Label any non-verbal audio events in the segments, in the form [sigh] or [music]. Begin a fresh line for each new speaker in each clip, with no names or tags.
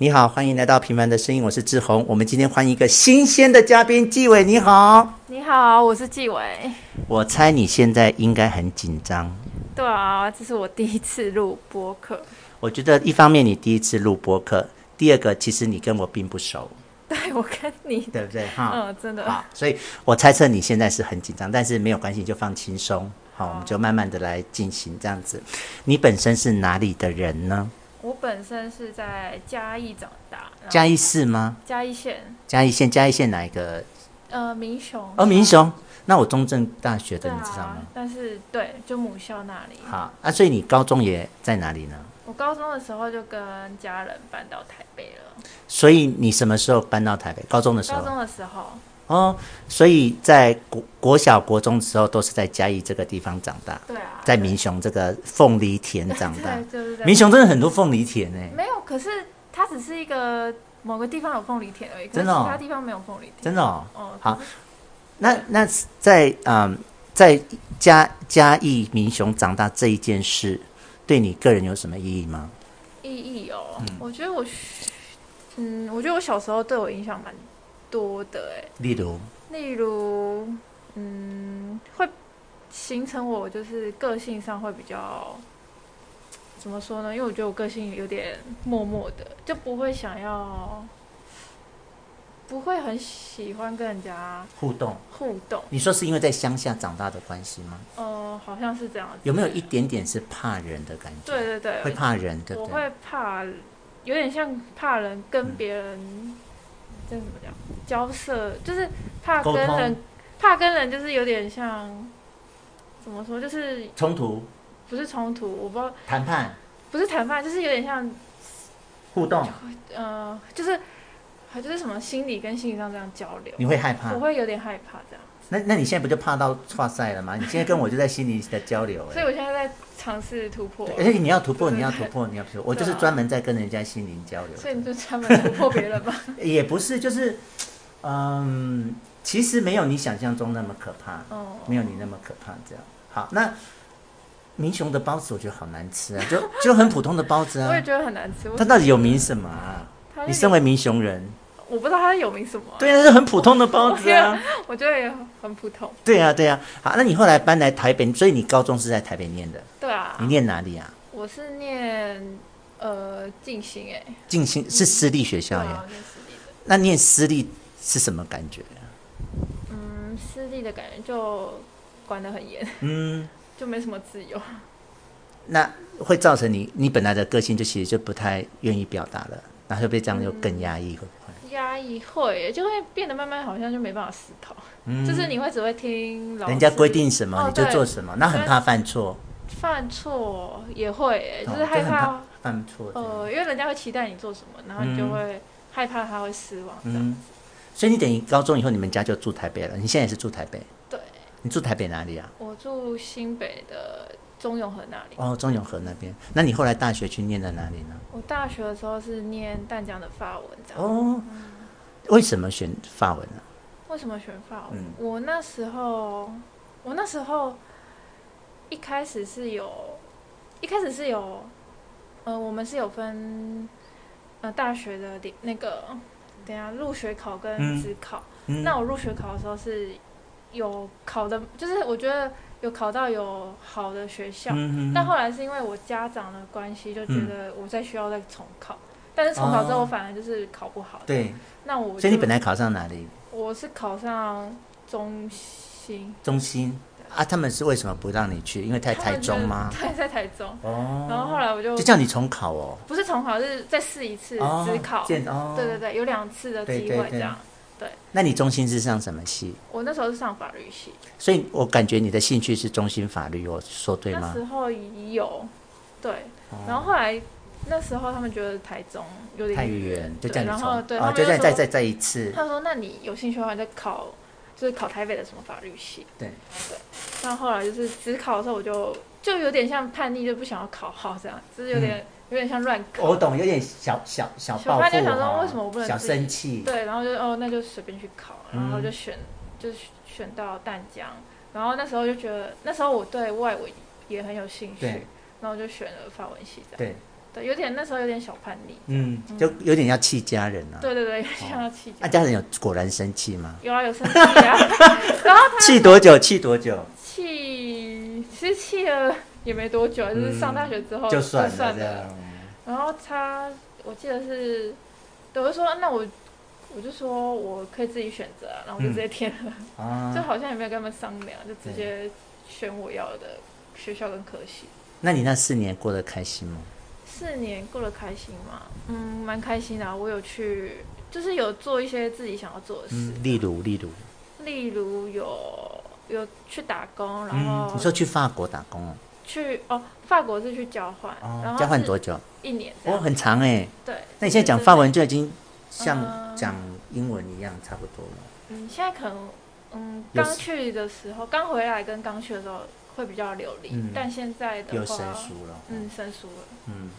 你好，欢迎来到《平凡的声音》，我是志宏。我们今天欢迎一个新鲜的嘉宾，纪伟，你好。
你好，我是纪伟。
我猜你现在应该很紧张。
对啊，这是我第一次录播客。
我觉得一方面你第一次录播客，第二个其实你跟我并不熟，
对我跟你，
对不对？哈、
嗯，真的
好，所以我猜测你现在是很紧张，但是没有关系，你就放轻松。好，我们就慢慢的来进行这样子。你本身是哪里的人呢？
我本身是在嘉义长大，然后
嘉义市吗？
嘉义县，
嘉义县，嘉义县哪一个？
呃，民雄。
哦，民。雄。那我中正大学的，
对
你知道吗
啊？，但是对，就母校那里。
好，啊，所以你高中也在哪里呢？
我高中的时候就跟家人搬到台北了。
所以你什么时候搬到台北？高中的时
高
候
中的时候，
哦，所以在国国小、国中的时候都是在嘉义这个地方长大，
对啊，
在民雄这个凤梨田长大
[laughs] 对，。就是在
民雄真的很多凤梨田哎、
没有，可是它只是一个某个地方有凤梨田而已，可
真
是
的哦
其他地方没有凤梨田。
真的哦。
哦，
好那那在嗯，在嘉嘉义民雄长大这一件事，对你个人有什么意义吗？
意义哦，我觉得我学，嗯，我觉得我小时候对我影响蛮多的哎，
例如，
例如，嗯，会形成我就是个性上会比较怎么说呢？因为我觉得我个性有点默默的，就不会想要，不会很喜欢跟人家
互动，
互动，
你说是因为在乡下长大的关系吗？
呃，好像是这样子。
有没有一点点是怕人的感觉？
对对对，
会怕人，对不
我
对？
会怕，有点像怕人跟别人，这怎么讲？交涉就是怕
沟
跟
通
人，怕跟人就是有点像，怎么说？就是
冲突、
不是冲突，我不知道，
谈判、
不是谈判，就是有点像，
互动，
呃，就是还就是什么心理跟心理上这样交流，
你会害怕
我？会有点害怕这样，
那那你现在不就怕到跨赛
[laughs]
了吗？你现在跟我就在心里在交流、
所
哎，
以我现在在尝试突破
对，而且你要突破，
对
你要突破，你要突破。我
对
就
啊
是专门在跟人家心灵交流的。
所以你就专门突破别人
[laughs]
吧。
也不是，就是，嗯，其实没有你想象中那么可怕，
哦，
没有你那么可怕。这样好，那民雄的包子我觉得好难吃啊，就就很普通的包子
[laughs] 我也
啊。
觉得很难吃。我
它到底有名什么啊？
他
你身为民雄人，
我不知道他有名什么、啊，
对啊，是很普通的包子啊。
我觉得也很普通。
对啊，对啊。好，那你后来搬来台北，所以你高中是在台北念的，
对啊，
你念哪里啊？
我是念呃进行哎、
进行是私立学
对
校耶。
啊，念私立的。
那念私立是什么感觉？
嗯，私立的感觉就管得很严， [laughs]
嗯，
就没什么自由。
那会造成你你本来的个性就其实就不太愿意表达了，然后就被这样就更压抑，会不会？
压抑会欸耶就会变得慢慢好像就没办法思考，
嗯
就是你会只会听老师
人家规定什么、
哦
你就
对
做什么，那很怕犯错，
犯错也会耶，
哦
就是害
很
怕
怕犯错。
呃，因为人家会期待你做什么，然后你就
嗯
会害怕他会失望这样。
嗯，所以你等于高中以后，你们家就住台北了，你现在也是住台北？
对，
你住台北哪里啊？
我住新北的中永和那里，
哦，中永和那边。那你后来大学去念的哪里呢？
我大学的时候是念淡江的法文这样。
哦，为什么选法文呢、
为什么选法文？
嗯
我那时候，我那时候一开始是有，一开始是有，呃，我们是有分，呃，大学的里那个，等一下入学考
嗯
跟职考。
嗯，
那我入学考的时候是有考的，就是我觉得有考到有好的学校，
嗯嗯
但后来是因为我家长的关系，就觉
嗯
得我在学校再重考，但是重考之后
哦
我反而就是考不好。，
对，
那我
所以你
就
本来考上哪里？
我是考上中心，
中心啊，他们是为什么不让你去？因为在台中吗？
[laughs] 对，在台中。然后
哦，
后来我就
就叫你重考哦，
不是重考，是再试一次
哦
只考。
见哦，
对对对，有两次的
对
机
对
会
对
这样。
那你中心是上什么系？
我那时候是上法律系，
所以我感觉你的兴趣是中心法律，我说对
那
吗哦
时？候有对，然后后来那时候他们觉得台中有点
太远，就
对
叫你
然
重
后对
哦
他们
就
就
再再
说
再再一次，
他说：“那你有兴趣的话，你再考，就是考台北的什么法律系。”嗯
对
对。那后来就是只考的时候，我就就有点像叛逆，就不想要考好这样，就是有
嗯
点、有点像乱考。
我懂，有点小小小
小
报复
发就想说
哦
为什么我不能
小
自己
生气？
对，然后就哦，那就随便去考，
嗯
然后就选、就选到淡江，然后那时候就觉得那时候我对外文也很有兴趣
对，
然后就选了法文系这样。
对
对。对，有点那时候有点小叛逆。
嗯，就有点要气家人啊。
对对对，有点像要气
那、
家。
家人有果然生气吗？
有啊，有生气啊。然后他
气多久？气多久？
气，其实气了也没多久，就是上大学之后
嗯就算
哦算
了这
了。
样。
然后他，我记得是，对，我就说那我。我就说我可以自己选择、啊，然后我就直接填了，就
啊，
好像也没有跟他们商量，就直接选我要的学校跟科系。
那你那四年过得开心吗？
四年过得开心吗？嗯，蛮开心的啊、我有去，就是有做一些自己想要做的事，
嗯，例如，例如，
例如有有去打工，然
嗯，
后
你说去法国打工哦，
去哦，法国是去交换，然
哦
后
交换
是
多久？
一年这
哦，
样。
很长哎。
对，
那你现在讲法文就已经
嗯
像讲英文一样差不多了。
嗯，现在可能嗯，
有
刚去的时候，刚回来跟刚去的时候会比较流利，
嗯
但现在的
有
话
生，疏了。
嗯，生疏了，
嗯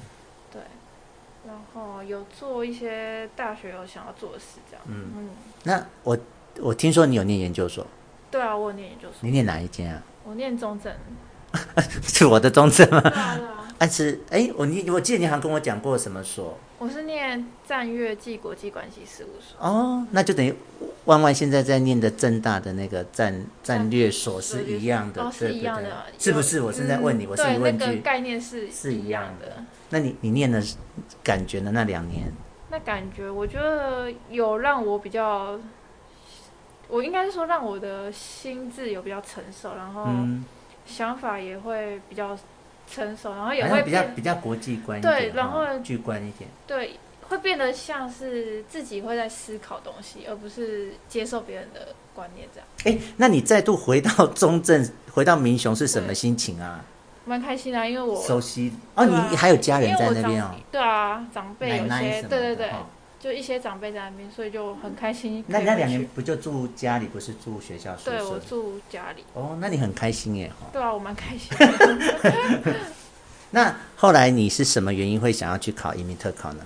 对。然后有做一些大学有想要做的事，这样。
嗯，
嗯，
那我我听说你有念研究所，
对啊，我有念研究所，
你念哪一间啊？ [laughs]
我念中正。
是我的中正吗？
对啊对啊，
但是哎，我你我记得你好像跟我讲过什么所
[laughs] 我是念战乐暨国际关系事务所，
哦，那就等于万万现在在念的正大的那个战战略所是一样的，
哦，
嗯对
是
不
一
对
样的，
是不是？
有
我是在问你，
嗯
我是问
对，那个
句。
概念是
是一
一
样
样的。
那你你念的感觉呢？那两年，
那感觉，我觉得有让我比较，我应该是说让我的心智有比较成熟，然后
嗯，
想法也会比较成熟，然后也
好
会
像比较
变
比较国际观一点，
对然后
哦巨观一点，
对，会变得像是自己会在思考东西，而不是接受别人的观念这样，
哎、那你再度回到中正， [laughs] 回到民雄是什么
对
心情啊？
蛮开心的啊、因为我
熟悉哦，
对啊
你还有家人
因为
在
我
那边
长
哦，
对啊，长辈有
奶奶
些，
什么的
对对对，
哦
就一些长辈在那边，所以就很开心可
那
以回去。
你那两年不就住家里，不是住学校宿
对我
舍？
住家里，
哦，那你很开心耶哈。
对啊，我蛮开心的。
那后来你是什么原因会想要去考移民特考呢？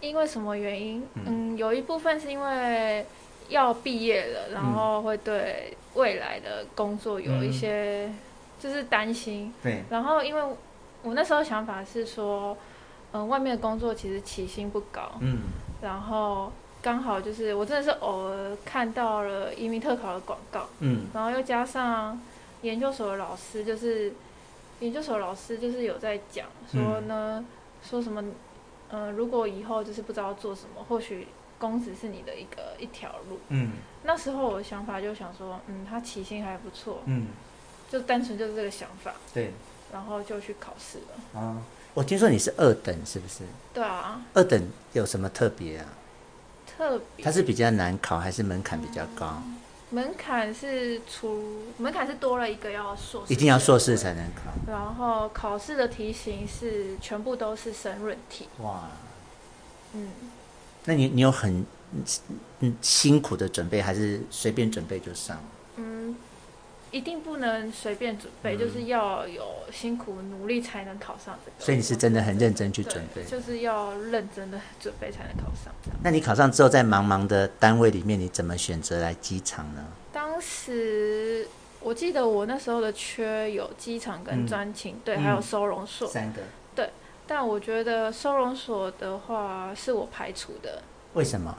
因为什么原因？嗯，有一部分是因为要毕业了，然后会对未来的工作有一些就是担心。
对，
然后因为我那时候想法是说，嗯，外面的工作其实起薪不高，
嗯
然后刚好就是我真的是偶尔看到了移民特考的广告。
嗯
然后又加上研究所的老师，就是研究所的老师就是有在讲说呢，
嗯
说什么，呃，如果以后就是不知道做什么，或许公职是你的一个一条路。
嗯
那时候我的想法就想说，嗯，他起薪还不错，
嗯，
就单纯就是这个想法，
对
然后就去考试了。
啊、我听说你是二等，是不是？
对啊，
二等有什么特别啊？
特别
它是比较难考，还是门槛比较高？
门槛是除门槛是多了一个要硕士，
一定要硕士。才能考？
然后考试的题型是全部都是申论题，
哇，
嗯，
那你你有很嗯嗯辛苦的准备，还是随便准备就上？
嗯，一定不能随便准
嗯
备，就是要有辛苦努力才能考上这个。
所以你是真的很认真去
去
准备。
就是要认真的准备才能考上这样。
那你考上之后，在茫茫的单位里面，你怎么选择来机场呢？
当时我记得我那时候的缺有机场
嗯
跟专勤队，
嗯
还有收容所，
三个，
但我觉得收容所的话是我排除的。
为什么？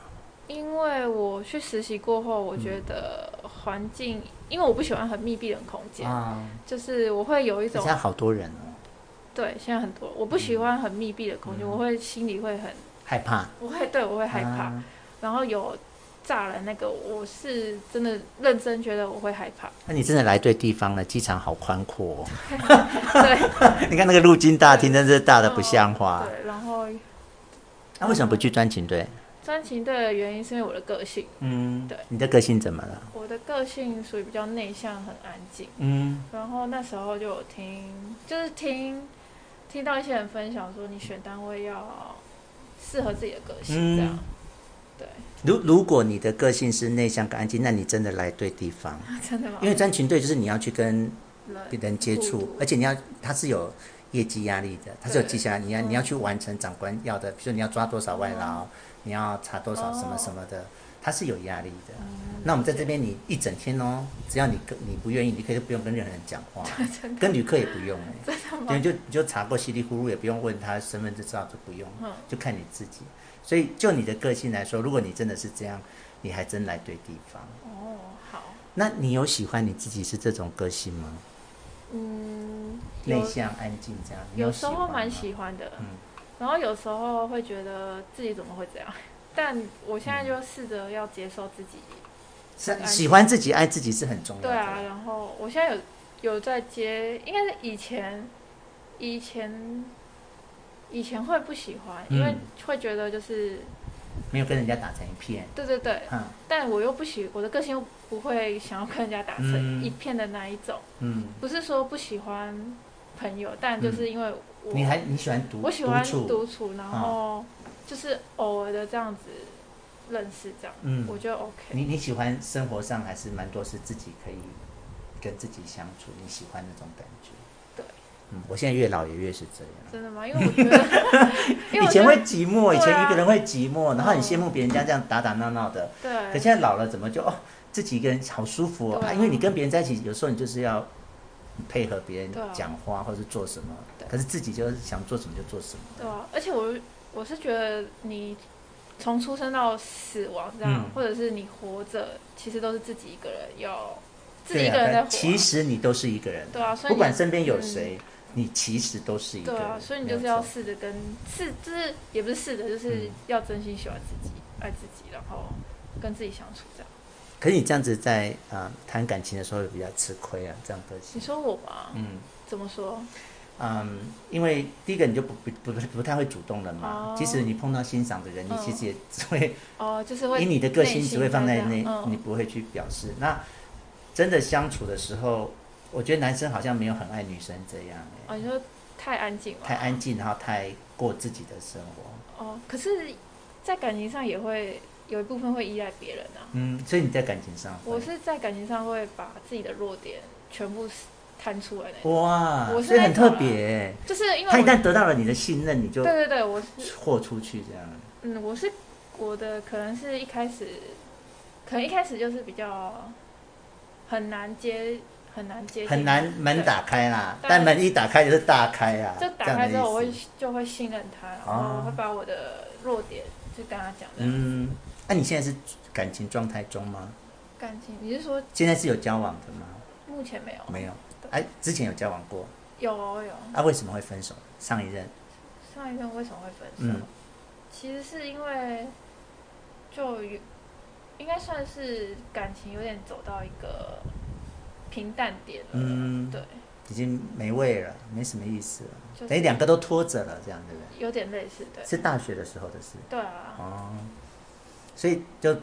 因为我去实习过后，我觉得环境，因为我不喜欢很密闭的空间，
啊，
就是我会有一
现
种
在好多人哦，
对，现在很多，我不喜欢很密闭的空
嗯
间，我会心里会很，
害怕，
我会对我会害怕，
啊
然后有栅栏那个，我是真的认真觉得我会害怕，
那你真的来对地方了，机场好宽阔、哦。
对
[laughs] 你看那个路经大厅，真是大的不像话。
对，然后
那、为什么不去专勤队？
专情队的原因是因为我的个性，
嗯
对
你的个性怎么了？
我的个性属于比较内向，很安静，
嗯，
然后那时候就有听，就是听听到一些人分享说，你选单位要适合自己的个性，这样，
嗯
对，
如如果你的个性是内向跟安静，那你真的来对地方。
啊真的吗？
因为专勤队就是你要去跟
人
人接触
嗯，
而且你要它是有业绩压力的，它是有绩效压力，你要
嗯
你要去完成长官要的，比如说你要抓多少外劳，你要查多少什么什么的，它是有压力的。
哦
那我们在这边，你一整天哦，只要你跟你不愿意，你可以不用跟任何人讲
[laughs]
话，跟旅客也不用哎、对，你就你就查过稀里糊涂，也不用问他身份证照，就不用，
嗯
就看你自己。所以就你的个性来说，如果你真的是这样，你还真来对地方。
哦，好，
那你有喜欢你自己是这种个性吗？
嗯，有
内向、安静这样？你
有时
喜
候
欢
蛮
吗
喜欢的，
嗯
然后有时候会觉得自己怎么会这样， [laughs] 但我现
嗯
在就试着要接受自己，
是喜欢自己、爱自己是很重要的。
对啊，然后我现在有有在接，应该是以前，以前，以前会不喜欢，因为
嗯
会觉得就是，
没有跟人家打成一片。
对对对，
嗯
但我又不喜，我的个性又不会想要跟人家打成
嗯
一片的那一种，
嗯，
不是说不喜欢朋友，但就是因为我，
你还你喜欢独
我喜欢
独处？啊
独处，然后就是偶尔的这样子认识这样，
嗯
我觉得 OK。
你你喜欢生活上还是蛮多是自己可以跟自己相处，你喜欢那种感觉。
对，
嗯，我现在越老也越是这样。
真的吗？因为我觉
[laughs]
得，因为
以
我觉
前
得
会寂寞，以
对啊哦
前一个人会寂寞，然后很羡慕别人家这样打打闹闹的。可
对啊
现在老了，怎么就哦自己一个人好舒服哦？
呃对啊
啊因为你跟别人在一起，有时候你就是要配合别人
对啊
讲话或者是做什么
对，
可是自己就是想做什么就做什么。
对啊，而且我我是觉得你从出生到死亡这样，
嗯
或者是你活着，其实都是自己一个人要自己
对
一个人在
啊，
活啊、
但其实你都是一个人。
对啊，所以
不
你
管身边有谁，你其实都是一个
对
人。
啊，所以你
没有
就是要
错
试着跟试，就是也不是试着，就是
嗯
要真心喜欢自己、爱自己，然后跟自己相处这样。
可是你这样子在啊、呃谈感情的时候也比较吃亏啊，这样个
你
性。
说我吧，
嗯
怎么说？
嗯，因为第一个你就不不不不太会主动了嘛。
哦
即使你碰到欣赏的人，你
嗯
其实也只会、
哦、就是会
以你的个性
内
只会放在
这
内，
样
你
嗯，
不会去表示。那真的相处的时候，我觉得男生好像没有很爱女生这样、欸
哦，你说太安静了，
太安静，然后太过自己的生活。
哦，可是，在感情上也会有一部分会依赖别人啊。
嗯，所以你在感情上会，
我是在感情上会把自己的弱点全部摊出来的，
哇，
我是
所以很
那种
特
啦
别、欸。
就是因为
他一
我
旦得到了你的信任，你就
对对对，我是
豁出去这样。
嗯，我是我的可能是一开始，可能一开始就是比较很难接，很难接近
很难门打开啦，
对
但门一打开就是大开啊，
就打开之后，我
这样的
会
意思
就会信任他，然后
哦
会把我的弱点就跟他讲的。
嗯，那、你现在是感情状态中吗？
感情，你是说
现在是有交往的吗？
目前没有？
没有
对，
哎、之前有交往过，
有哦有。
啊，为什么会分手？上一任，
上一任为什么会分手？
嗯
其实是因为就有应该算是感情有点走到一个平淡点了。
嗯
对，
已经没味了，没什么意思了，
就是
等于两个都拖着了，这样对不对？
有点类似，对。
是大学的时候的事
对啊，
哦，所以就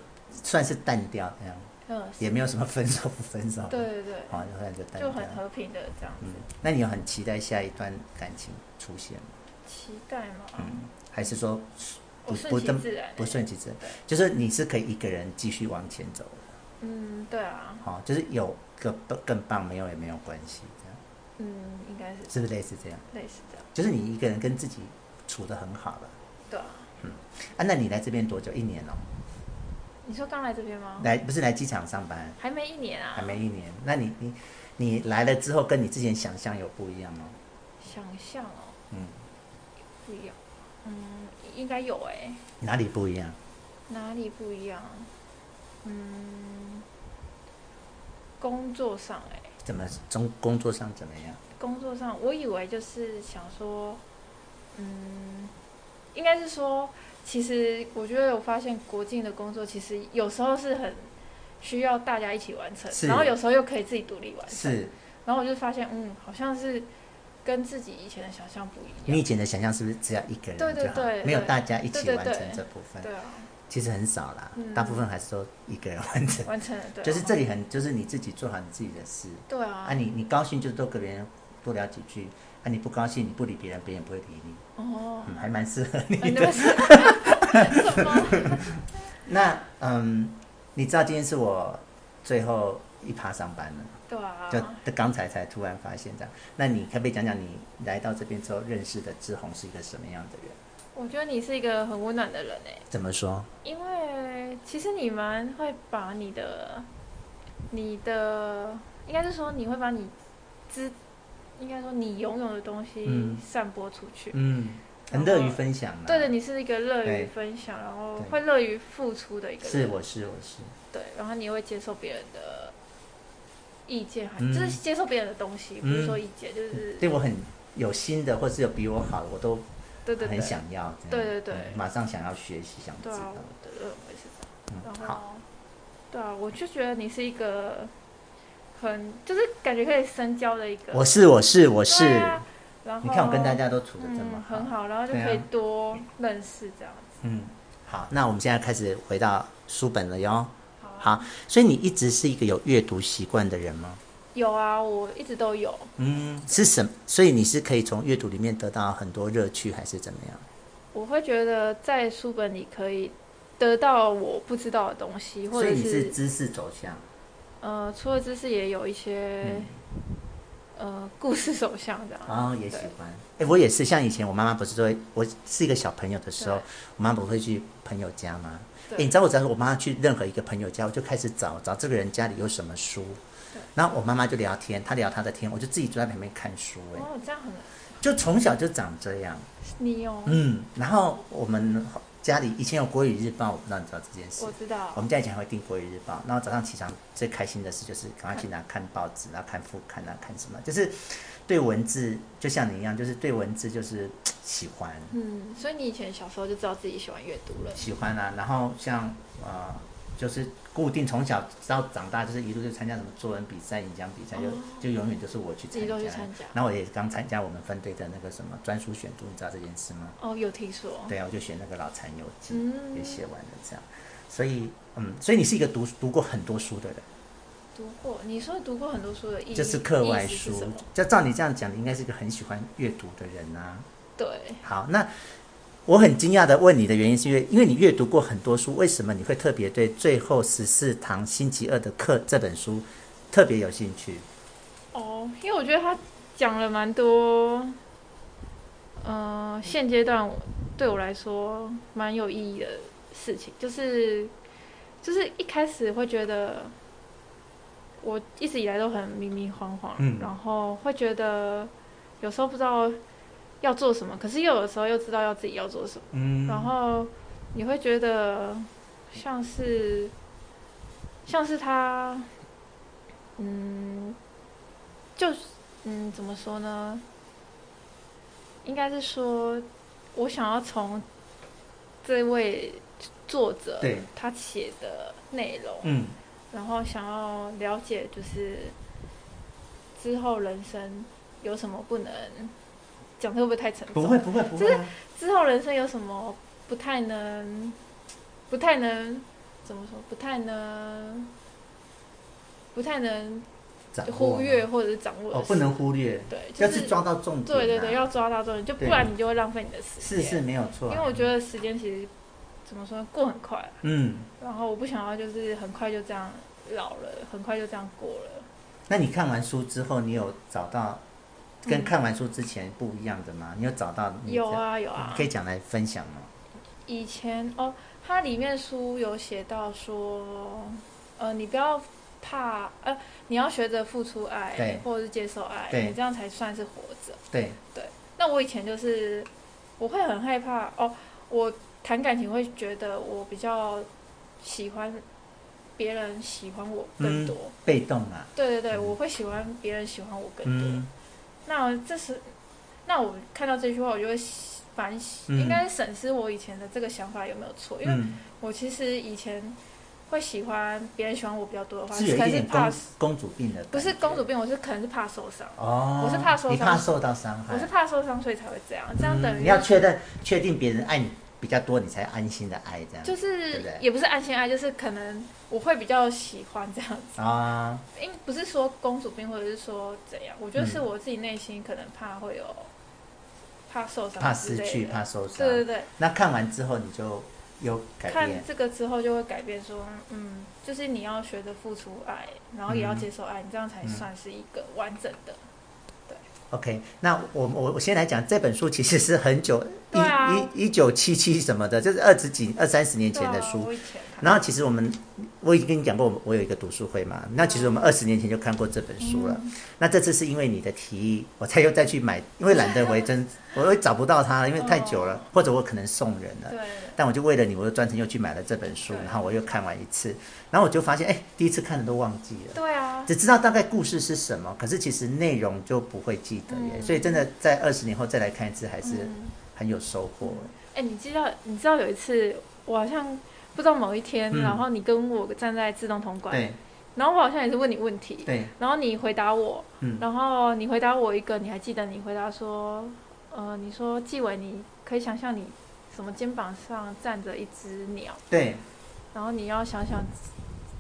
算是淡掉这样，
嗯，是
也没有什么分手不分手，
对，对对，
好、哦，然后就淡掉
就很和平的这样子。
嗯，那你有很期待下一段感情出现吗？
期待嘛，
嗯，还是说
我
不
顺
不
其
这么
自然欸。
不顺其自然
对？
就是你是可以一个人继续往前走的，
嗯，对啊，
好、就是有个更更棒，没有也没有关系，这样
嗯，应该是
是不是类似这样？
类似这样。
就是你一个人跟自己处得很好了
对啊，
啊？那你来这边多久？一年哦，
你说刚来这边吗？
来不是来机场上班，
还没一年啊，
还没一年。那你你你来了之后，跟你之前想象有不一样吗？哦
想象哦，
嗯，
不一样。嗯，应该有哎、
哪里不一样？
哪里不一样？嗯，工作上哎、
怎么中工作上怎么样？
工作上，我以为就是想说，嗯，应该是说，其实我觉得我发现国境的工作其实有时候是很需要大家一起完成，
是
然后有时候又可以自己独立完成。
是
然后我就发现，嗯，好像是跟自己以前的想象不一
你
样。
以前的想象是不是只要一个人就好，
对对对
没有
对
大家一起
对对
完
对
成这部分？
对啊，
其实很少啦，
嗯
大部分还是都一个人完成。
完成了，对啊、
就是这里很，就是你自己做好你自己的事
对啊，
啊你，你高兴就多跟别人多聊几句啊，你不高兴你不理别人，别人也不会理你，
哦，
嗯，还蛮适合
你
你的。
们是
[laughs]
什么？
那嗯，你知道今天是我最后一趴上班了，
对啊，
就刚才才突然发现这样。那你可不可以讲讲你来到这边之后认识的志宏是一个什么样的人？
我觉得你是一个很温暖的人哎、
怎么说？
因为其实你蛮会把你的，你的应该是说你会把你知，应该说你拥有的东西
嗯
散播出去。
嗯，很乐于分享嘛。
对的，你是一个乐于
对
分享，然后
对
会乐于付出的一个人。
是我是我是，
对，然后你会接受别人的意见，还、
嗯
就是接受别人的东西，不是说意见，就是
对我很有心的，或是有比我好的，我都
对对对，
很想要。这样
对对对
嗯马上想要学习，想知
对啊
道。，
我的认为是
嗯
这样。，然
好，
后，对啊，我就觉得你是一个很就是感觉可以深交的一个，
我是我是我是，
对啊然后
你看我跟大家都处的这么
嗯
好，
很好，然后就
对啊
可以多认识这样子。
嗯，好，那我们现在开始回到书本了哟。
好啊
好，所以你一直是一个有阅读习惯的人吗？
有啊，我一直都有。
嗯，是什么？所以你是可以从阅读里面得到很多乐趣，还是怎么样？
我会觉得在书本里可以得到我不知道的东西，或
所
者
以你是知识走向，
呃，除了知识也有一些、
嗯
呃故事走向这样。
哦，也喜
对
欢。哎、我也是，像以前我妈妈不是都会，我是一个小朋友的时候
对，
我妈不会去朋友家吗？哎、
对
你知道我只要我妈去任何一个朋友家，我就开始找找这个人家里有什么书
对，
然后我妈妈就聊天，她聊她的天，我就自己坐在旁边看书、诶哎，
哦，这样很
就从小就长这样。
你哦，
嗯，然后我们家里以前有国语日报，我不知道你知道这件事
我。知道
我，们家以前会订国语日报，然后早上起床最开心的事就是赶快去拿看报纸，然后看副刊啊，看什么，就是对文字就像你一样，就是对文字就是嘖喜欢
嗯，所以你以前小时候就知道自己喜欢阅读了，
喜欢啊。然后像呃，就是固定从小到长大，就是一路就参加什么作文比赛、演讲比赛，就
哦
就永远就是我去
自
参
己都去
加
参。加。
然后我也刚参加我们分队的那个什么专属选读，你知道这件事吗？
哦，有听说，
对啊，我就选那个《老残游记》。
嗯
也，写完了这样。所以，嗯，所以你是一个读读过很多书的人，
读过。你说读过很多书的意义，
就是课外
意思是
书
什么。
就照你这样讲，你应该是一个很喜欢阅读的人啊。
对，
好，那我很惊讶的问你的原因，是因为因为你阅读过很多书，为什么你会特别对《最后十四堂星期二的课》这本书特别有兴趣？
哦，因为我觉得他讲了蛮多，呃，现阶段我对我来说蛮有意义的事情，就是就是一开始会觉得我一直以来都很迷迷晃晃，
嗯
然后会觉得有时候不知道要做什么，可是又有时候又知道要自己要做什么。
嗯
然后你会觉得像是像是他，嗯，就是嗯，怎么说呢？应该是说，我想要从这位作者
对
他写的内容，
嗯
然后想要了解就是之后人生有什么不能讲，这会不会太沉重？
不会不会不会啊、
之后人生有什么不太能、不太能怎么说？不太能、不太能
掌握
忽
吗
略或者是掌握的
哦，
事
不能忽略，
对，就
哦要
是
去抓到重点、啊。
对对对，要抓到重点，就不
对
然你就会浪费你的时
是
间。
是没有错、
因为我觉得时间其实怎么说呢过很快，
嗯。
然后我不想要就是很快就这样老了，很快就这样过了。
那你看完书之后，你有找到跟
嗯
看完书之前不一样的吗？你有找到你
有
的，
啊有啊，
可以讲来分享吗？
以前哦，它里面书有写到说，呃，你不要怕，呃，你要学着付出爱
对，
或者是接受爱，
对
你这样才算是活着。
对，
那我以前就是，我会很害怕哦，我谈感情会觉得我比较喜欢别人喜欢我更多，
被动啊，
对对对，
嗯
我会喜欢别人喜欢我更多。
嗯，
那这是，那我看到这句话，我就会反，省，
嗯
应该审视我以前的这个想法有没有错，因为。
嗯，
我其实以前会喜欢别人喜欢我比较多的话，
是有一
可能是
点
怕
公公主病的，
不是公主，病，我是可能是怕受伤，
哦，
我是怕受
你
伤
怕受到伤害，
我是怕受伤，所以才会这样。这样等
嗯
于
你要确认确定别人爱你比较多，你才安心的爱这样，
就
对不
是
对
也不是安心爱，就是可能我会比较喜欢这样子，
啊，
因为不是说公主病或者是说怎样，我觉得是
嗯
我自己内心可能怕会有怕受伤，
怕失去，怕，受伤
对，对对。
那看完之后你就有改
看
变，
这个之后就会改变说，嗯，就是你要学着付出爱，然后也要
嗯
接受爱，你这样才
嗯
算是一个完整的。
OK，那我我我先来讲这本书，其实是很久
对啊
一一一九七七什么的，这是二十几、二三十年前的
对啊
书。
我以前看
然后其实我们，我已经跟你讲过，我们我有一个读书会嘛。那其实我们二十年前就看过这本书了。
嗯
那这次是因为你的提议，我才又再去买，因为懒得回真， [laughs] 我又找不到它了，因为太久
哦
了，或者我可能送人了。
对，
但我就为了你，我又专程又去买了这本书
对，
然后我又看完一次，然后我就发现，哎，第一次看的都忘记了，
对啊，
只知道大概故事是什么，可是其实内容就不会记得耶。所以真的在二十年后再来看一次，还是
嗯
很有收获。
哎、你知道你知道有一次我好像不知道某一天，
嗯
然后你跟我站在自动通关，
对
然后我好像也是问你问题，
对，
然后你回答我，
嗯
然后你回答我一个，你还记得你回答说，呃，你说纪委你可以想象你什么肩膀上站着一只鸟，
对
然后你要想想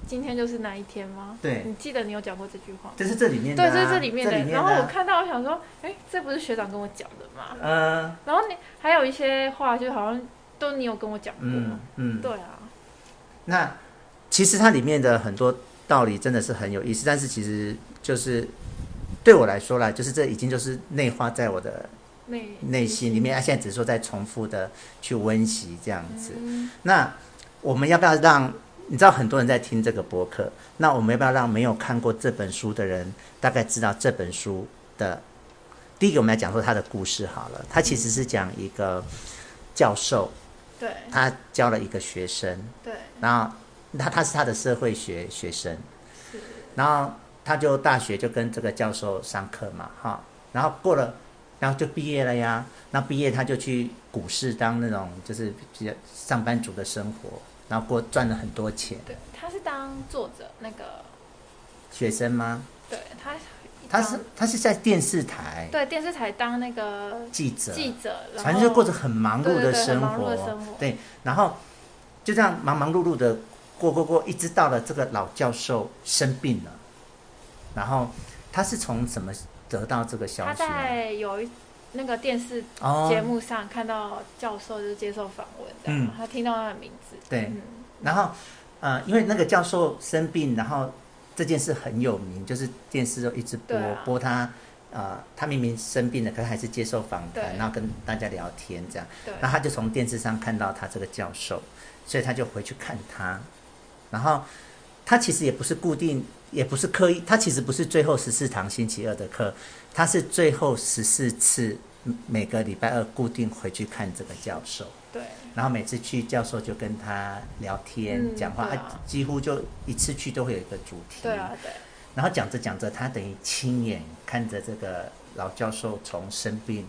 今天就是那一天吗？
对，
你记得你有讲过这句话吗？
这是这里面的
对，
啊、
这是这里面的。然
啊
后我看到，我想说，哎，这不是学长跟我讲的吗？
呃，
然后你还有一些话，就好像都你有跟我讲过。
嗯嗯，
对啊，
那其实它里面的很多道理真的是很有意思，但是其实就是对我来说啦，就是这已经就是内化在我的
内
内心里面，啊，现在只是说在重复的去温习这样子。
嗯
那我们要不要让你知道很多人在听这个博客？那我们要不要让没有看过这本书的人大概知道这本书的？第一个，我们来讲说他的故事好了。他其实是讲一个教授，
对
他教了一个学生，
对
然后他他是他的社会学学生
是，
然后他就大学就跟这个教授上课嘛，哈，然后过了，然后就毕业了呀。那毕业他就去股市当那种就是比较上班族的生活，然后过赚了很多钱。
对，他是当作者那个，
学生吗？
对他
他是他是在电视台
对电视台当那个
记者，
记者，然后
反正就过着很忙碌
对对
的
对
生
很忙碌
活
的生活，
对，然后就这样忙忙碌碌的过过过，一直到了这个老教授生病了，然后他是从什么得到这个消
他
息呢？
在有一那个电视节
哦，
目上看到教授就是接受访问这
嗯
样，他听到他的名字，
对
嗯
然后呃，因为那个教授生病，然后这件事很有名，就是电视都一直播、
对啊
播他。呃，他明明生病了，可是还是接受访
对
谈，然后跟大家聊天这样。
对
然后他就从电视上看到他这个教授，所以他就回去看他。然后他其实也不是固定，也不是刻意，他其实不是最后十四堂星期二的课，他是最后十四次每个礼拜二固定回去看这个教授。
对
然后每次去，教授就跟他聊天、
嗯
讲话，
对
他
啊
几乎就一次去都会有一个主题。
对啊对，
然后讲着讲着，他等于亲眼看着这个老教授从生病，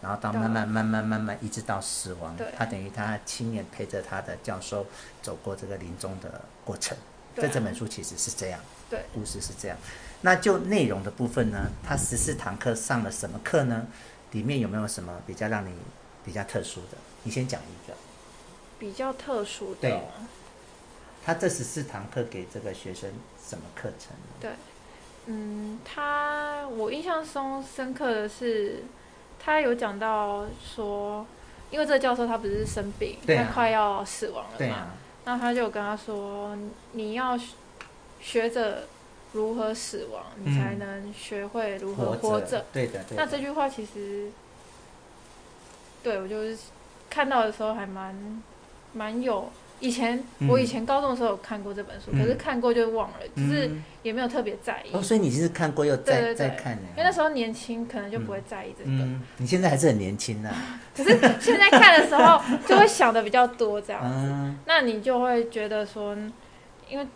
然后到
对
慢慢慢慢慢慢一直到死亡
对，
他等于他亲眼陪着他的教授走过这个临终的过程。
对啊
这整本书其实是这样，
对，
故事是这样。那就内容的部分呢，他十四堂课上了什么课呢？里面有没有什么比较让你比较特殊的？你先讲一个。
比较特殊的
对
哦。
他这十四堂课给这个学生什么课程呢？
嗯，他我印象中深刻的是，他有讲到说，因为这个教授他不是生病，
对啊
他快要死亡了
对
嘛，
啊，
那他就有跟他说，你要学学着如何死亡，
嗯
你才能学会如何活
活
着。，
对的，对的。啊
那这句话其实，对我就是看到的时候还蛮蛮有。以前、
嗯
我以前高中的时候有看过这本书，
嗯
可是看过就忘了，就是
嗯
也没有特别在意。
哦，所以你是看过又再
对对对
再看呢？
因为那时候年轻，可能就不会在意这个。
嗯，你现在还是很年轻啊呐、
可是现在看的时
[laughs]
候，就会想的比较多这样子。
嗯，
那你就会觉得说，因为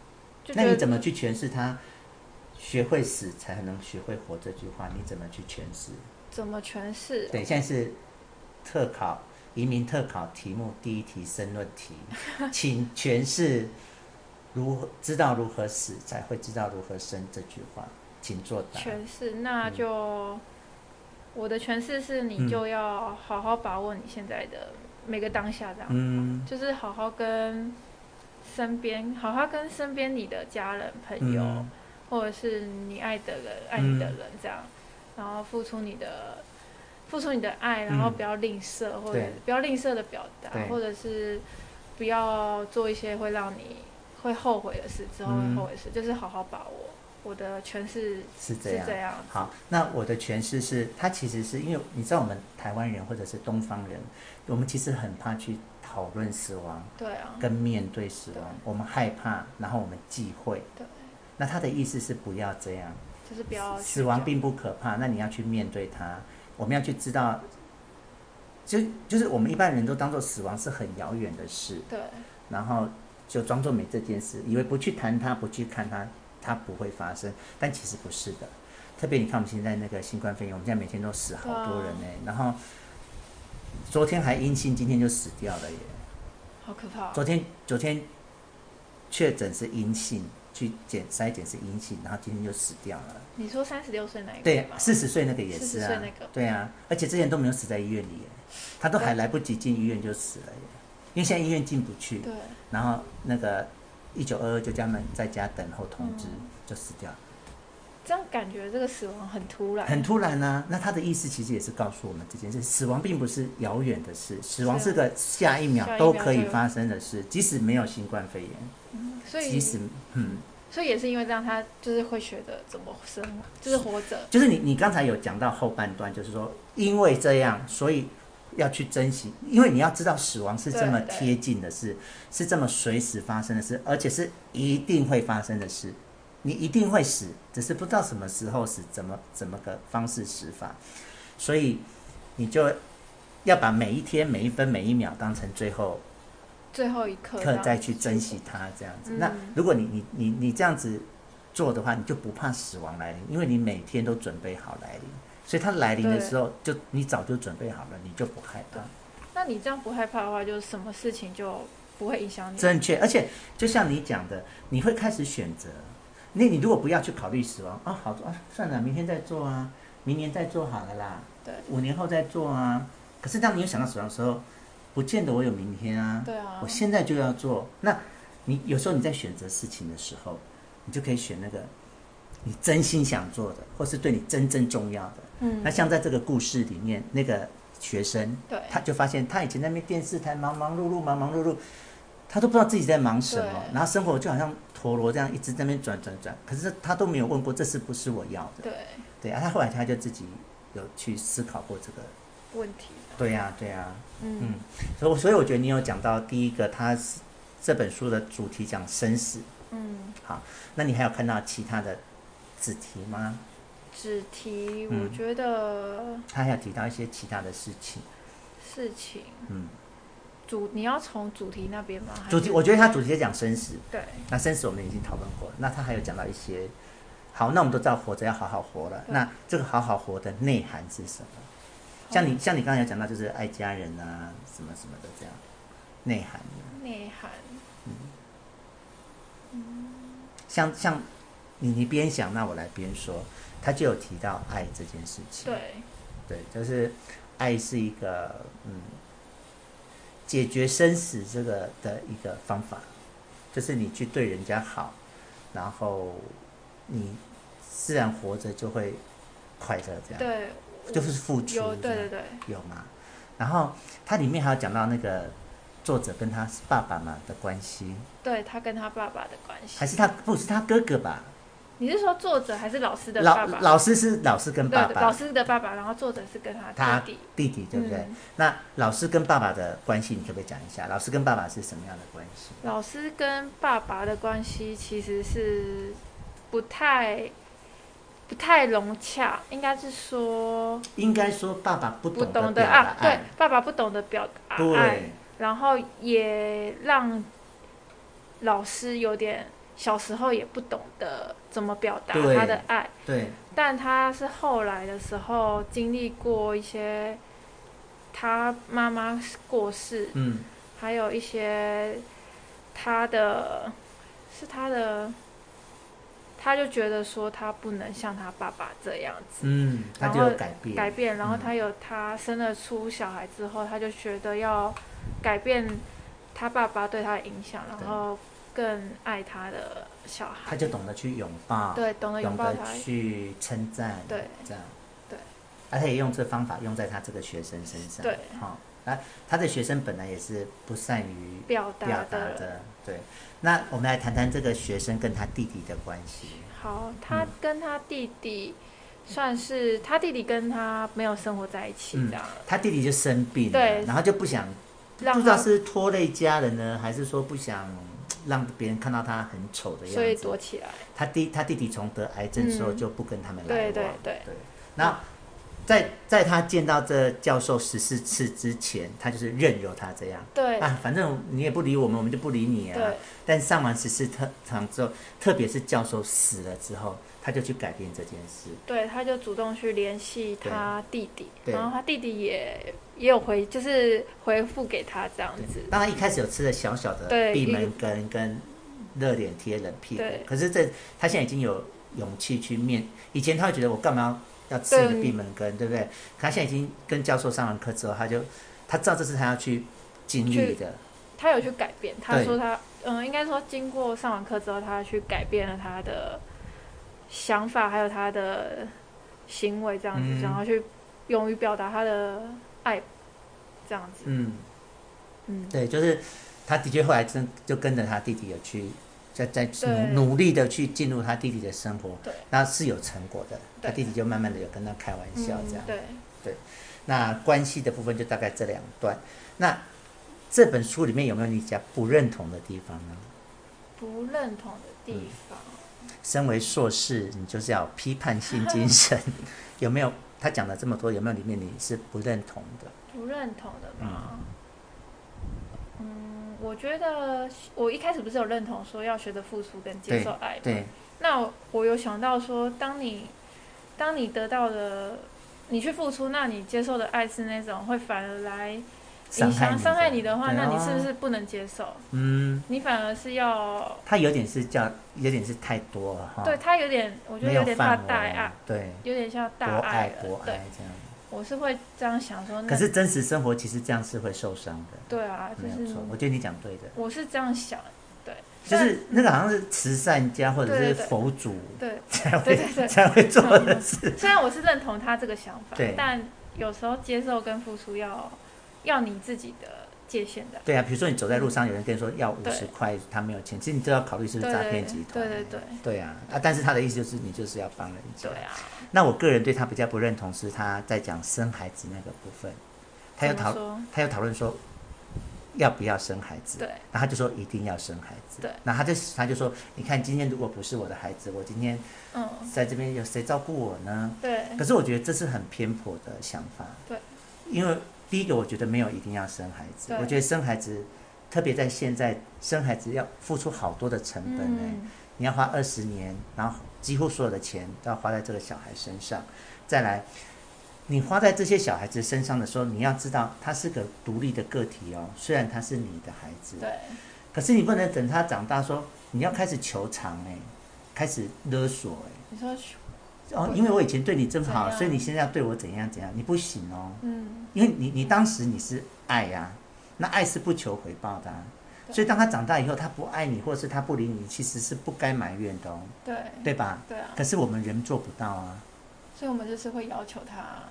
就
那
觉
你
得
怎么去诠释他“学会死才能学会活”这句话？你怎么去诠释？
怎么诠释？
对，现在是特考移民特考题目第一题申论
[laughs]
题，请诠释如何知道如何死才会知道如何生这句话，请作答。
诠释，那
嗯
就、我的诠释是，你就要好好把握你现在的每个当下，这样、
嗯
就是好好跟身边，好好跟身边你的家人、朋友，
嗯
或者是你爱的人、爱你的人这样，然后付出你的付出你的爱，然后
嗯
不要吝啬，或者
对
不要吝啬的表达
对，
或者是不要做一些会让你会后悔的事，之后
嗯
会后悔的事，就是好好把握。我的诠释
是这
是
样
这。样，
好，那我的诠释是，他其实是因为你知道，我们台湾人或者是东方人，我们其实很怕去讨论死亡
对啊，
跟面对死亡，我们害怕，然后我们忌讳。
对，哦
那他的意思是不要这样，
就是不要
死亡并不可怕，那你要去面对它，我们要去知道，就就是我们一般人都当做死亡是很遥远的事，
对
然后就装作没这件事，以为不去谈它，不去看它，它不会发生，但其实不是的。特别你看我们现在那个新冠肺炎，我们现在每天都死好多人呢、然后昨天还阴性，今天就死掉了耶。
好可怕哦、
昨天昨天确诊是阴性，去检筛检是阴性，然后今天就死掉了。
你说三十六岁那一个
对
吗，？
四十岁那个也是
40
啊，
岁那个
对啊，而且之前都没有死在医院里耶，他都还来不及进医院就死了耶，因为现在医院进不去，
对，
然后那个一九二二就叫他们在家等候通知，
嗯
就死掉了，
这样感觉这个死亡很突然，
很突然啊。那他的意思其实也是告诉我们这件事：死亡并不是遥远的事，死亡是个下一秒
下一秒
都可以
就有
发生的事，即使没有新冠肺炎，
所以
即使嗯。
所以也是因为这样，他就是会学的怎么生活，就是活着，
就是你你刚才有讲到后半段，就是说因为这样，所以要去珍惜，因为你要知道死亡是这么
对对
贴近的事，是这么随时发生的事，而且是一定会发生的事，你一定会死，只是不知道什么时候死，怎么怎么个方式死法，所以你就要把每一天、每一分、每一秒当成最后
最后一刻
刻
让
再去珍惜它，这样子。
嗯
那如果你你你你这样子做的话，你就不怕死亡来临，因为你每天都准备好来临，所以它来临的时候，就你早就准备好了，你就不害怕。
那你这样不害怕的话，就是什么事情就不会影响你。
正确，而且就像你讲的，你会开始选择。那你如果不要去考虑死亡啊，好啊，算了，明天再做啊，明年再做好了啦，
对，
五年后再做啊。可是当你有想到死亡的时候，不见得我有明天啊。
对啊
我，现在就要做。那你有时候你在选择事情的时候，你就可以选那个你真心想做的，或是对你真正重要的。
嗯
那，像在这个故事里面，那个学生
对，
他就发现他以前在那边电视台忙忙碌碌、忙忙碌碌，他都不知道自己在忙什么，
对
然后生活就好像陀螺这样一直在那边转转转，可是他都没有问过这是不是我要的。
对，
对啊，他后来他就自己有去思考过这个。
问题，
对呀、对啊呀、
嗯，
所以我，所以我觉得你有讲到第一个，它是这本书的主题讲生死，
嗯，
那你还有看到其他的子题吗？
只提
嗯
我觉得
他还有提到一些其他的事情，
事情
嗯，
主你要从主题那边吗？还是
主题我觉得他主题是讲生死，
对
那生死我们已经讨论过，那他还有讲到一些，好，那我们都知道活着要好好活了，
对
那这个好好活的内涵是什么？像你像你刚才有讲到，就是爱家人啊，什么什么的这样内涵的。
内涵，
像像你你边想，那我来边说，他就有提到爱这件事情。
对
对，就是爱是一个嗯，解决生死这个的一个方法，就是你去对人家好，然后你自然活着就会快乐，这样
对，我
就是付出
有
这
对
样
对对，
有吗？然后它里面还有讲到那个作者跟他爸爸嘛的关系，
对他跟他爸爸的关系，
还是他不是他哥哥吧？
你是说作者还是老师的
老
爸爸？
老师是老师跟爸
对老
爸，
师的爸爸，然后作者是跟他
他
弟
弟
弟，
弟对不对？
嗯
那老师跟爸爸的关系，你可不可以讲一下？老师跟爸爸是什么样的关系？
老师跟爸爸的关系其实是不太不太融洽，应该是说
应该说爸爸不
不
懂得
懂
表
得
达
啊，对
爱，，
爸爸不懂得表达爱，
对，
然后也让老师有点小时候也不懂得怎么表达
对
他的爱，
对，
但他是后来的时候经历过一些他妈妈过世，
嗯，
还有一些他的，是他的，他就觉得说他不能像他爸爸这样子
嗯，他就有改变，
改变，然后
嗯
他有他生了出小孩之后，他就觉得要改变他爸爸对他的影响，
对
然后更爱他的小孩，
他就懂得去拥抱，
对，懂得拥
懂
抱
得
他，
去称赞，
对，
这样，
对，
而且也用这方法用在他这个学生身上，
对
好、那他的学生本来也是不善于
表达
表达
的
的，对。那我们来谈谈这个学生跟他弟弟的关系。
好，他
嗯
跟他弟弟算是他弟弟跟他没有生活在一起
嗯
这样，
他弟弟就生病了
对
然后就不想，
让
不知道
他
是拖累家人呢，还是说不想让别人看到他很丑的
所以
样子。
躲起来。
他弟他弟弟从得癌症之后
嗯
就不跟他们来往。
对对对，
对，那在在他见到这教授十四次之前，他就是任由他这样
对
啊，反正你也不理我们，我们就不理你啊
对。
但上完十四特场之后，特别是教授死了之后，他就去改变这件事。
对，他就主动去联系
对
他弟弟，
对
然后他弟弟也也有回，就是回复给他这样子
对，。当然一开始有吃了小小的
对
闭
一
门
个
羹跟热脸贴冷屁股
对，
可是这他现在已经有勇气去面。以前他会觉得我干嘛要吃一个
对
闭门羹，对不对？可他现在已经跟教授上完课之后，他就他知道这是他要去经历
去
的，
他有去改变，他
对
说他，嗯，应该说经过上完课之后，他去改变了他的想法，还有他的行为这样子，
嗯
然后去勇于表达他的爱，这样子。
嗯。
嗯，
对，就是他的确后来真就跟着他弟弟有去，在在
对
努努力的去进入他弟弟的生活，
对，
那是有成果的。他
对
弟弟就慢慢的有跟他开玩笑这样
嗯、。对，
那关系的部分就大概这两段。那这本书里面有没有你讲不认同的地方呢？
不认同的
嗯
地方，
身为硕士，你就是要有批判性精神， [laughs] 有没有？他讲了这么多，有没有里面你是不认同的？
不认同的吗？嗯，我觉得我一开始不是有认同说要学着付出跟接受爱吗？
对，
那我有想到说，当你当你得到了，你去付出，那你接受的爱是那种会反而来
伤
影
害
响
你，
伤害你的话，
对
那
啊
你是不是不能接受？
嗯，
你反而是要
他有点是叫，有点是太多了哈。
对他有点，我觉得
没
有
有
点怕
范
大
围，
爱，啊
对，
有点像
博
大
爱
了。
博
对
爱，这样。
我是会这样想说，那
可是真实生活其实这样是会受伤的，
对啊，就
没有
是
错。我觉得你讲对的，
我是这样想，对，嗯
就是那个好像是慈善家或者
对
是
对对
佛祖
对，
[laughs] 才
对
会
对嗯对
才会做的事。
虽然我是认同他这个想法
对，
但有时候接受跟付出要要你自己的界限的。
对啊，比如说你走在路上，有人跟你说要五
对
十块，他没有钱，其实你都要考虑是不是
对
诈
对
骗集团。
对对对
对啊，啊，但是他的意思就是你就是要帮人家
对。啊，
那我个人对他比较不认同是他在讲生孩子那个部分，他有
怎么
讨
说？
他有讨论说要不要生孩子。
对
然后他就说一定要生孩子。
对。
然后他就他就说，你看今天如果不是我的孩子，我今天
嗯，
在这边有谁照顾我呢？
对
可是我觉得这是很偏颇的想法。
哎对。
因为第一个，我觉得没有一定要生孩子
对，
我觉得生孩子，特别在现在生孩子要付出好多的成本呢、
嗯，
你要花二十年，然后几乎所有的钱都要花在这个小孩身上。再来，你花在这些小孩子身上的时候，你要知道他是个独立的个体哦，虽然他是你的孩子，
对
可是你不能等他长大说你要开始求偿哎、开始勒索哎、
你说
哦，因为我以前对你真好，
怎样
所以你现在要对我怎样怎样，你不行哦，
嗯，
因为你你当时你是爱呀、那爱是不求回报的啊、
对
所以当他长大以后，他不爱你，或者是他不理你，其实是不该埋怨的哦，
对
对吧？
对啊，
可是我们人做不到啊，
所以我们就是会要求他，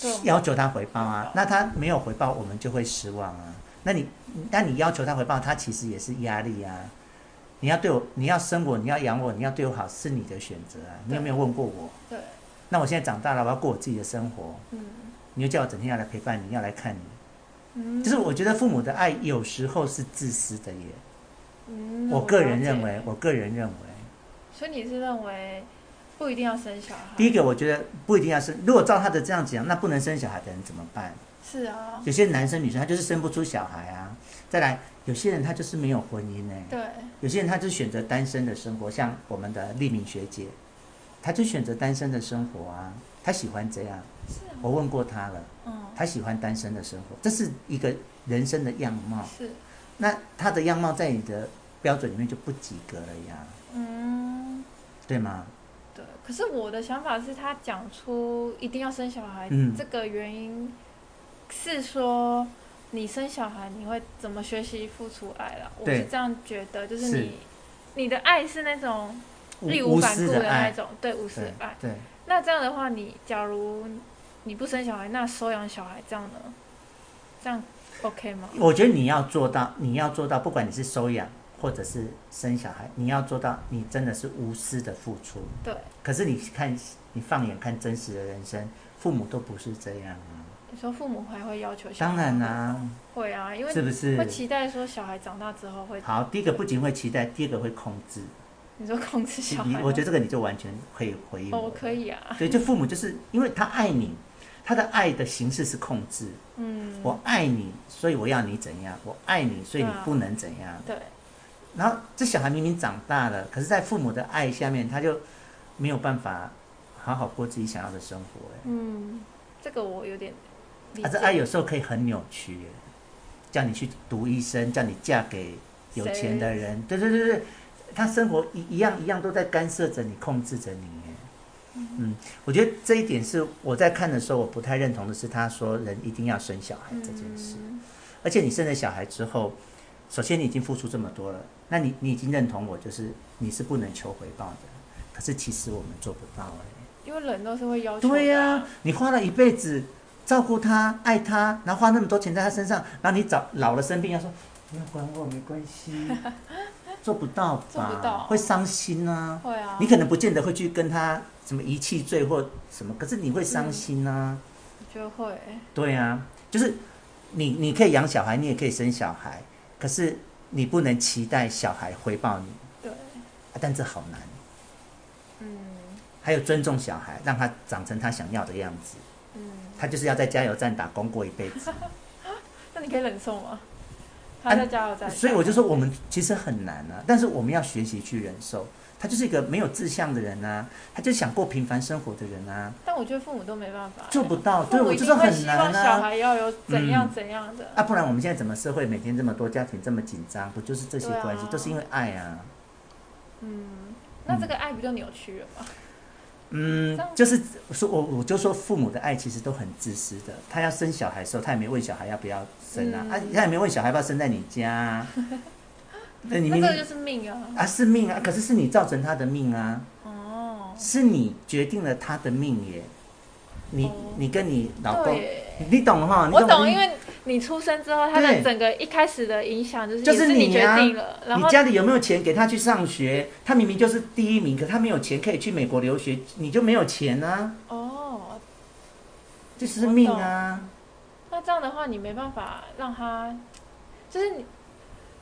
对我们
要求他回报
回
啊
报，
那他没有回报，我们就会失望啊。那你，那你要求他回报，他其实也是压力啊。你要对我，你要生我，你要养我，你要对我好，是你的选择啊。你有没有问过我？
对，
那我现在长大了，我要过我自己的生活，
嗯
你就叫我整天要来陪伴你，要来看你。
嗯，
就是我觉得父母的爱有时候是自私的耶。
嗯
我个人认为
了，解
我个人认为，
所以你是认为不一定要生小孩，
第一个我觉得不一定要生，如果照他的这样讲，那不能生小孩的人怎么办？
是啊，
有些男生女生他就是生不出小孩啊。再来，有些人他就是没有婚姻呢、
对
有些人他就选择单身的生活，像我们的丽敏学姐，她就选择单身的生活啊，她喜欢这样。
是啊，
我问过她了，
嗯
她喜欢单身的生活，这是一个人生的样貌。
是
那她的样貌在你的标准里面就不及格了呀，
嗯。
对吗？
对，可是我的想法是他讲出一定要生小孩、
嗯
这个原因，是说你生小孩你会怎么学习付出爱啦？我
对
是这样觉得，就是
是
你你的爱是那种
无
义
无
无反
私
顾
的
那
爱，
种，对无私的
对
爱。
对，
那这样的话，你假如你不生小孩，那收养小孩这样呢？这样 OK 吗？
我觉得你要做到，你要做到，不管你是收养或者是生小孩，你要做到你真的是无私的付出。
对。
可是你看，你放眼看真实的人生，父母都不是这样啊。
你说父母还会要求小
当
孩？
然啦、
会啊，因为
是不是
会？期待说小孩长大之后会，
好，第一个不仅会期待，第二个会控制。
你说控制小
你
孩吗，
我觉得这个你就完全可以回应
哦，
我。
我可以啊，
对，就父母就是因为他爱你，他的爱的形式是控制。
嗯，
我爱你，所以我要你怎样；我爱你，所以你
对啊
不能怎样。
对，
然后这小孩明明长大了，可是，在父母的爱下面，他就没有办法好好过自己想要的生活。哎
嗯，这个我有点理解，
啊，这爱有时候可以很扭曲，哎叫你去读医生，叫你嫁给有钱的人，对对对对，他生活一一样一样都在干涉着你，控制着你。哎嗯，我觉得这一点是我在看的时候，我不太认同的是，他说人一定要生小孩这件事。
嗯
而且你生了小孩之后，首先你已经付出这么多了，那你你已经认同我，就是你是不能求回报的。可是其实我们做不到哎、
因为人都是会要求的啊，
对呀、你花了一辈子照顾他、爱他，然后花那么多钱在他身上，然后你早老了生病，要说不要管我，没关
[laughs]
系，做不到吧？
做不到
会伤心啊。
会啊，
你可能不见得会去跟他什么遗弃罪或什么，可是你会伤心啊。
嗯就会，
对啊，就是你你可以养小孩，你也可以生小孩，可是你不能期待小孩回报你，
对，
啊但这好难。
嗯
还有尊重小孩，让他长成他想要的样子。
嗯，
他就是要在加油站打工过一辈子，
那你可以忍受吗？他在加油站，
啊所以我就说我们其实很难啊，但是我们要学习去忍受。他就是一个没有志向的人啊，他就想过平凡生活的人啊，
但我觉得父母都没办法，
做不到。对
父母
我
一
就
定
说
会
很
希
难
望小
啊。
孩要有怎样
嗯
怎样的，
啊，不然我们现在怎么社会每天这么多家庭这么紧张，不就是这些
对啊
关系、都是因为爱啊？
嗯，那这个爱不就扭曲了吗？
嗯
这样，
就是说我我就说父母的爱其实都很自私的。他要生小孩的时候，他也没问小孩要不要生啊，
嗯
啊，他也没问小孩要不要生在你家、
[laughs]
啊。对，你
那
明
这个
明
就是命啊，
啊是命啊，可是是你造成他的命啊，
哦，
是你决定了他的命耶。你、
哦
你跟你老
对
公，
耶。
你懂哈？你
我懂，
你
因为你出生之后，他
对
的整个一开始的影响就是
就
也
是
是
你
决
啊
定了，然
你
后
家里有没有钱给他去上学？他明明就是第一名，可他没有钱可以去美国留学，你就没有钱啊，
哦，
这就是命啊。
那这样的话你没办法让他，就是你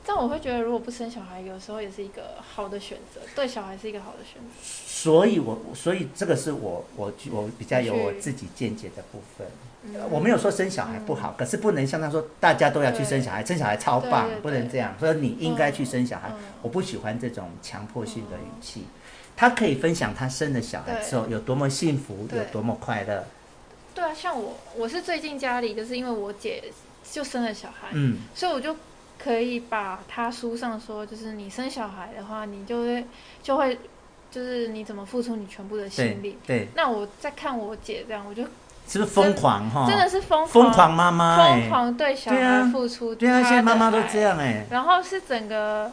这样我会觉得，如果不生小孩，有时候也是一个好的选择，对小孩是一个好的选择。
所以我，所以这个是我我我比较有
是
我自己见解的部分。呃
嗯
我没有说生小孩不好，可是不能像他说大家都要去生小孩，生小孩超棒，
对对对
不能这样。所以你应该去生小孩，
嗯
我不喜欢这种强迫性的语气。他可以分享他生了小孩之后有多么幸福，
对
有多么快乐。
对啊，像我，我是最近家里就是因为我姐就生了小孩，
嗯，
所以我就可以把他书上说，就是你生小孩的话，你就会就会就是你怎么付出你全部的
对
心力。
对，
那我在看我姐这样，我就是
不是疯狂哈？
真的是疯
疯
狂
狂妈妈哎、
疯狂对小
对啊
孩付出、
对啊，现在妈妈都这。样哎、
然后是整个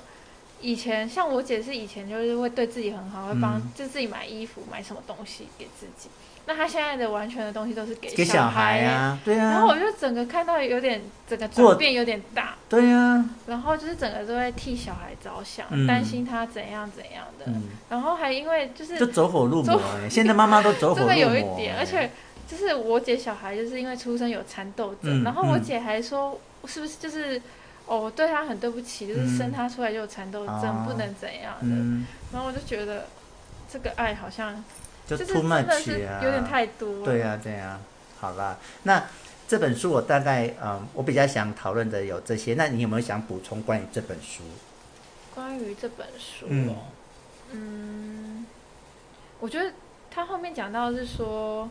以前，像我姐是以前就是会对自己很好，会帮、
嗯
就自己买衣服、买什么东西给自己。那她现在的完全的东西都是给
给小孩
欸。
啊，对
然后
啊
我，就整个看到有点整个
过
转变有点大，
对啊，
然后就是整个都会替小孩着想，
嗯
担心他怎样怎样的，
嗯，
然后还因为就是
就走火入魔
走
哎、现在妈妈都走火入
真
魔、
的有一点，
哎
而且就是我姐小孩就是因为出生有蚕豆症，
嗯
然后我
嗯
姐还说是不是就是哦，我对她很对不起，就是生
嗯
她出来就有蚕豆症，
啊
不能怎样的。
嗯。
然后我就觉得这个爱好像
就
就是
too
真的是
much 啊，
有点太多了。
对啊，对啊，好啦，那这本书我大概嗯，我比较想讨论的有这些，那你有没有想补充关于这本书？
关于这本书、
嗯
哦，嗯我觉得他后面讲到是说，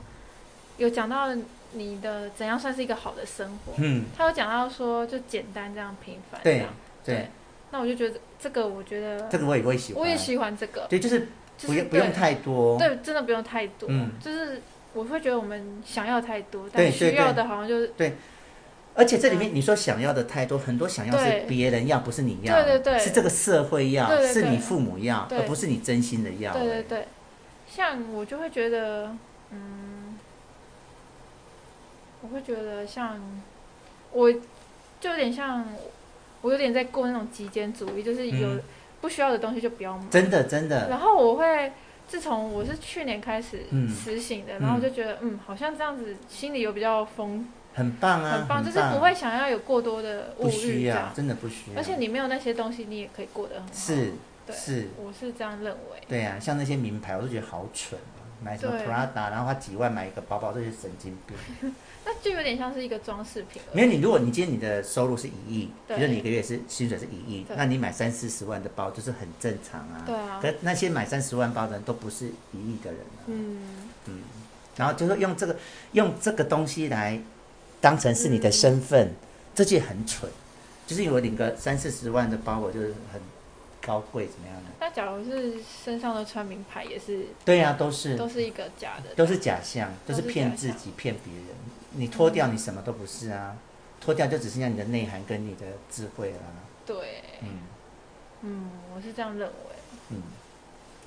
有讲到你的怎样算是一个好的生活，
嗯，
他有讲到说就简单这样平凡这
对
样。
对，
那我就觉得这个，我觉得
这个我也会喜欢，
我也喜欢这个，
对，就是
就
不
是
用不用太多，
对，真的不用太多，
嗯
就是我会觉得我们想要太多，
对
但
对
需
对
要的好像就是
而且这里面你说想要的太多，很多想要是
对
别人要，不是你要，
对对对
是这个社会要，
对对
是
对
你父母要，
对
而不是你真心的要，
对对
哎
对，像我就会觉得，嗯，我会觉得像我就有点像，我有点在过那种极简主义，就是有
嗯
不需要的东西就不要买。
真的真的，
然后我会，自从我是去年开始
嗯
实行的，然后我就觉得，嗯，好像这样子心里有比较丰，
很棒啊，
很棒，就是不会想要有过多的物
不
欲
需
这
要，
样。
真的不需要，
而且你没有那些东西，你也可以过得很好。
是
对
是，
我是这样认为。
对啊，像那些名牌，我都觉得好蠢啊，买什么
对
Prada，然后花几万买一个包包，这些神经病。
那就有点像是一个装饰品
没
了。
有你，如果你今天你的收入是一亿，比
对
如说你一个月是薪水是一亿，
对
那你买三四十万的包就是很正常啊。
对啊
可那些买三十万包的人都不是一亿的人啊。
嗯，
嗯。然后就是用这个用这个东西来当成是你的身份，
嗯
这就很蠢。就是因为我领个三四十万的包，我就是很高贵怎么样的？
那假如是身上都穿名牌，也是
对呀、都是
都是一个假的，
都是假象，都是
都是
骗
假
自
象
己骗别人。你脱掉，你什么都不是
嗯
啊。脱掉就只剩下你的内涵跟你的智慧啦、
对，
嗯。
嗯，我是这样认为。
嗯，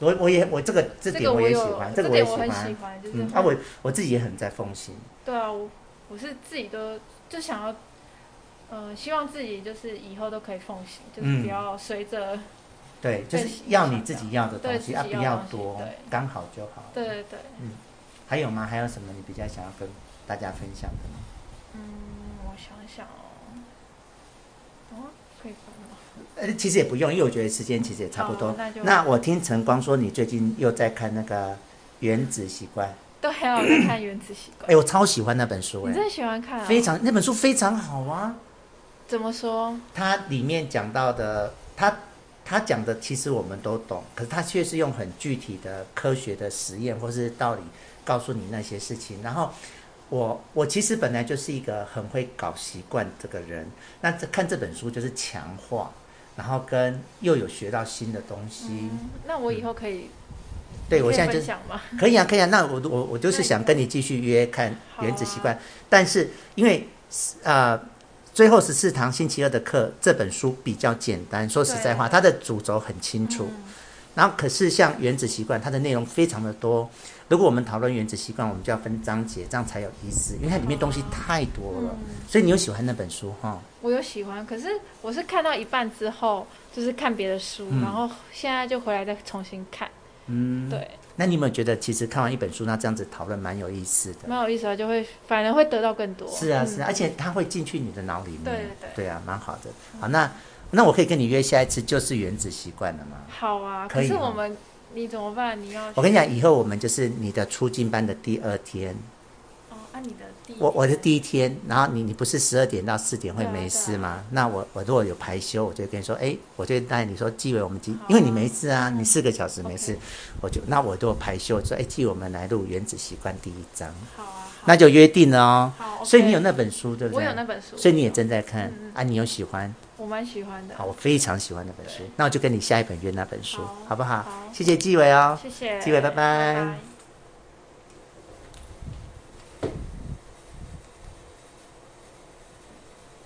我我也我这个这
这
点
个
也喜
有
欢，，
这
个也
点
喜
很
欢。
欢，就是
嗯，
会
啊，我我自己也很在奉行，
对啊，我我是自己都就想要，呃，希望自己就是以后都可以奉行，就是
嗯
不要随着，
对，就
对
是
喜
要
喜
你
欢
自
这
己要的
对
东
自
西，
己
啊，
要
不
的
要
东西
多
对，
刚好就好。
对，对对，
还有吗？还有什么你比较想要跟大家分享的吗？
嗯，我想想哦，哦，可以关吗？
呃，其实也不用，因为我觉得时间其实也差不多
好。那哦就
那我听晨光说你最近又在看那个《原子习惯》，
对啊，我在看《原子习惯
哎，》，我超喜欢那本书，
你
哎，
真的喜欢看啊？
非常那本书非常好啊。
怎么说？
它里面讲到的，它它讲的其实我们都懂，可是它却是用很具体的科学的实验或是道理告诉你那些事情。然后我我其实本来就是一个很会搞习惯这个人，那这看这本书就是强化，然后跟又有学到新的东西。
嗯，那我以后可以
对
可以
我现在就
分
是
享吗？
可以啊，可以啊。那我我我就是想跟你继续约看《原子习惯》但是因为呃，最后十四堂星期二的课这本书比较简单，说实在话，
对
它的主轴很清楚。
嗯
然后可是像《原子习惯》，它的内容非常的多。如果我们讨论《原子习惯》，我们就要分章节，这样才有意思，因为它里面东西太多了。
嗯
所以你有喜欢那本书哈？
我有喜欢，可是我是看到一半之后，就是看别的书，
嗯
然后现在就回来再重新看。
嗯，
对，
那你有没有觉得，其实看完一本书，那这样子讨论蛮有意思的？
蛮有意思的，啊就会反而会得到更多。
是啊，是啊，
啊。
而且它会进去你的脑里面。
对对对
啊，蛮好的。好，那那我可以跟你约下一次，就是原子习惯了吗？
好啊，
可
可
以
是
哦
我们你怎么办？你要
我跟你讲，以后我们就是你的出境班的第二天，
哦，按你的第一
我我的第一天，然后你你不是十二点到四点会没事吗？
啊
那我我如果有排休，我就跟你说，哎，我就带你说，纪委我们今，
好啊
因为你没事啊，你四个小时没事
OK，
我就那我如果排休，我说，哎，纪委我们来录原子习惯第一章，
好啊，好
那就约定了哦。
好，OK
所以你有那本书对不
我
对？
有那本书，
所以你也正在看
嗯嗯
啊，你有喜欢？
我蛮喜欢的
好，。啊我非常喜欢那本书，那我就跟你下一本约那本书，
好
好不好？
好
谢谢纪伟哦，
谢谢，
纪伟拜拜
拜拜